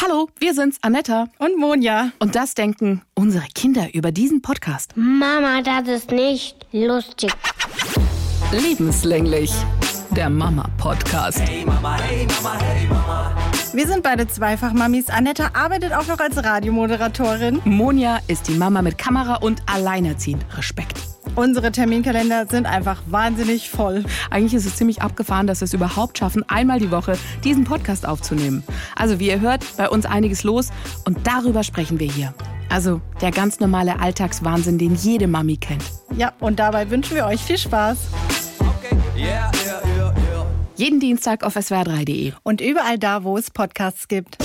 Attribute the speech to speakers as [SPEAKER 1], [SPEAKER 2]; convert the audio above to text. [SPEAKER 1] Hallo, wir sind's, Anetta.
[SPEAKER 2] Und Monja.
[SPEAKER 1] Und das denken unsere Kinder über diesen Podcast.
[SPEAKER 3] Mama, das ist nicht lustig.
[SPEAKER 1] Lebenslänglich. Der Mama-Podcast.
[SPEAKER 2] Wir sind beide Zweifachmamis. Anetta arbeitet auch noch als Radiomoderatorin.
[SPEAKER 1] Monja ist die Mama mit Kamera und alleinerziehend. Respekt.
[SPEAKER 2] Unsere Terminkalender sind einfach wahnsinnig voll.
[SPEAKER 1] Eigentlich ist es ziemlich abgefahren, dass wir es überhaupt schaffen, einmal die Woche diesen Podcast aufzunehmen. Also wie ihr hört, bei uns einiges los und darüber sprechen wir hier. Also der ganz normale Alltagswahnsinn, den jede Mami kennt.
[SPEAKER 2] Ja, und dabei wünschen wir euch viel Spaß.
[SPEAKER 1] Jeden Dienstag auf swr3.de.
[SPEAKER 2] Und überall da, wo es Podcasts gibt.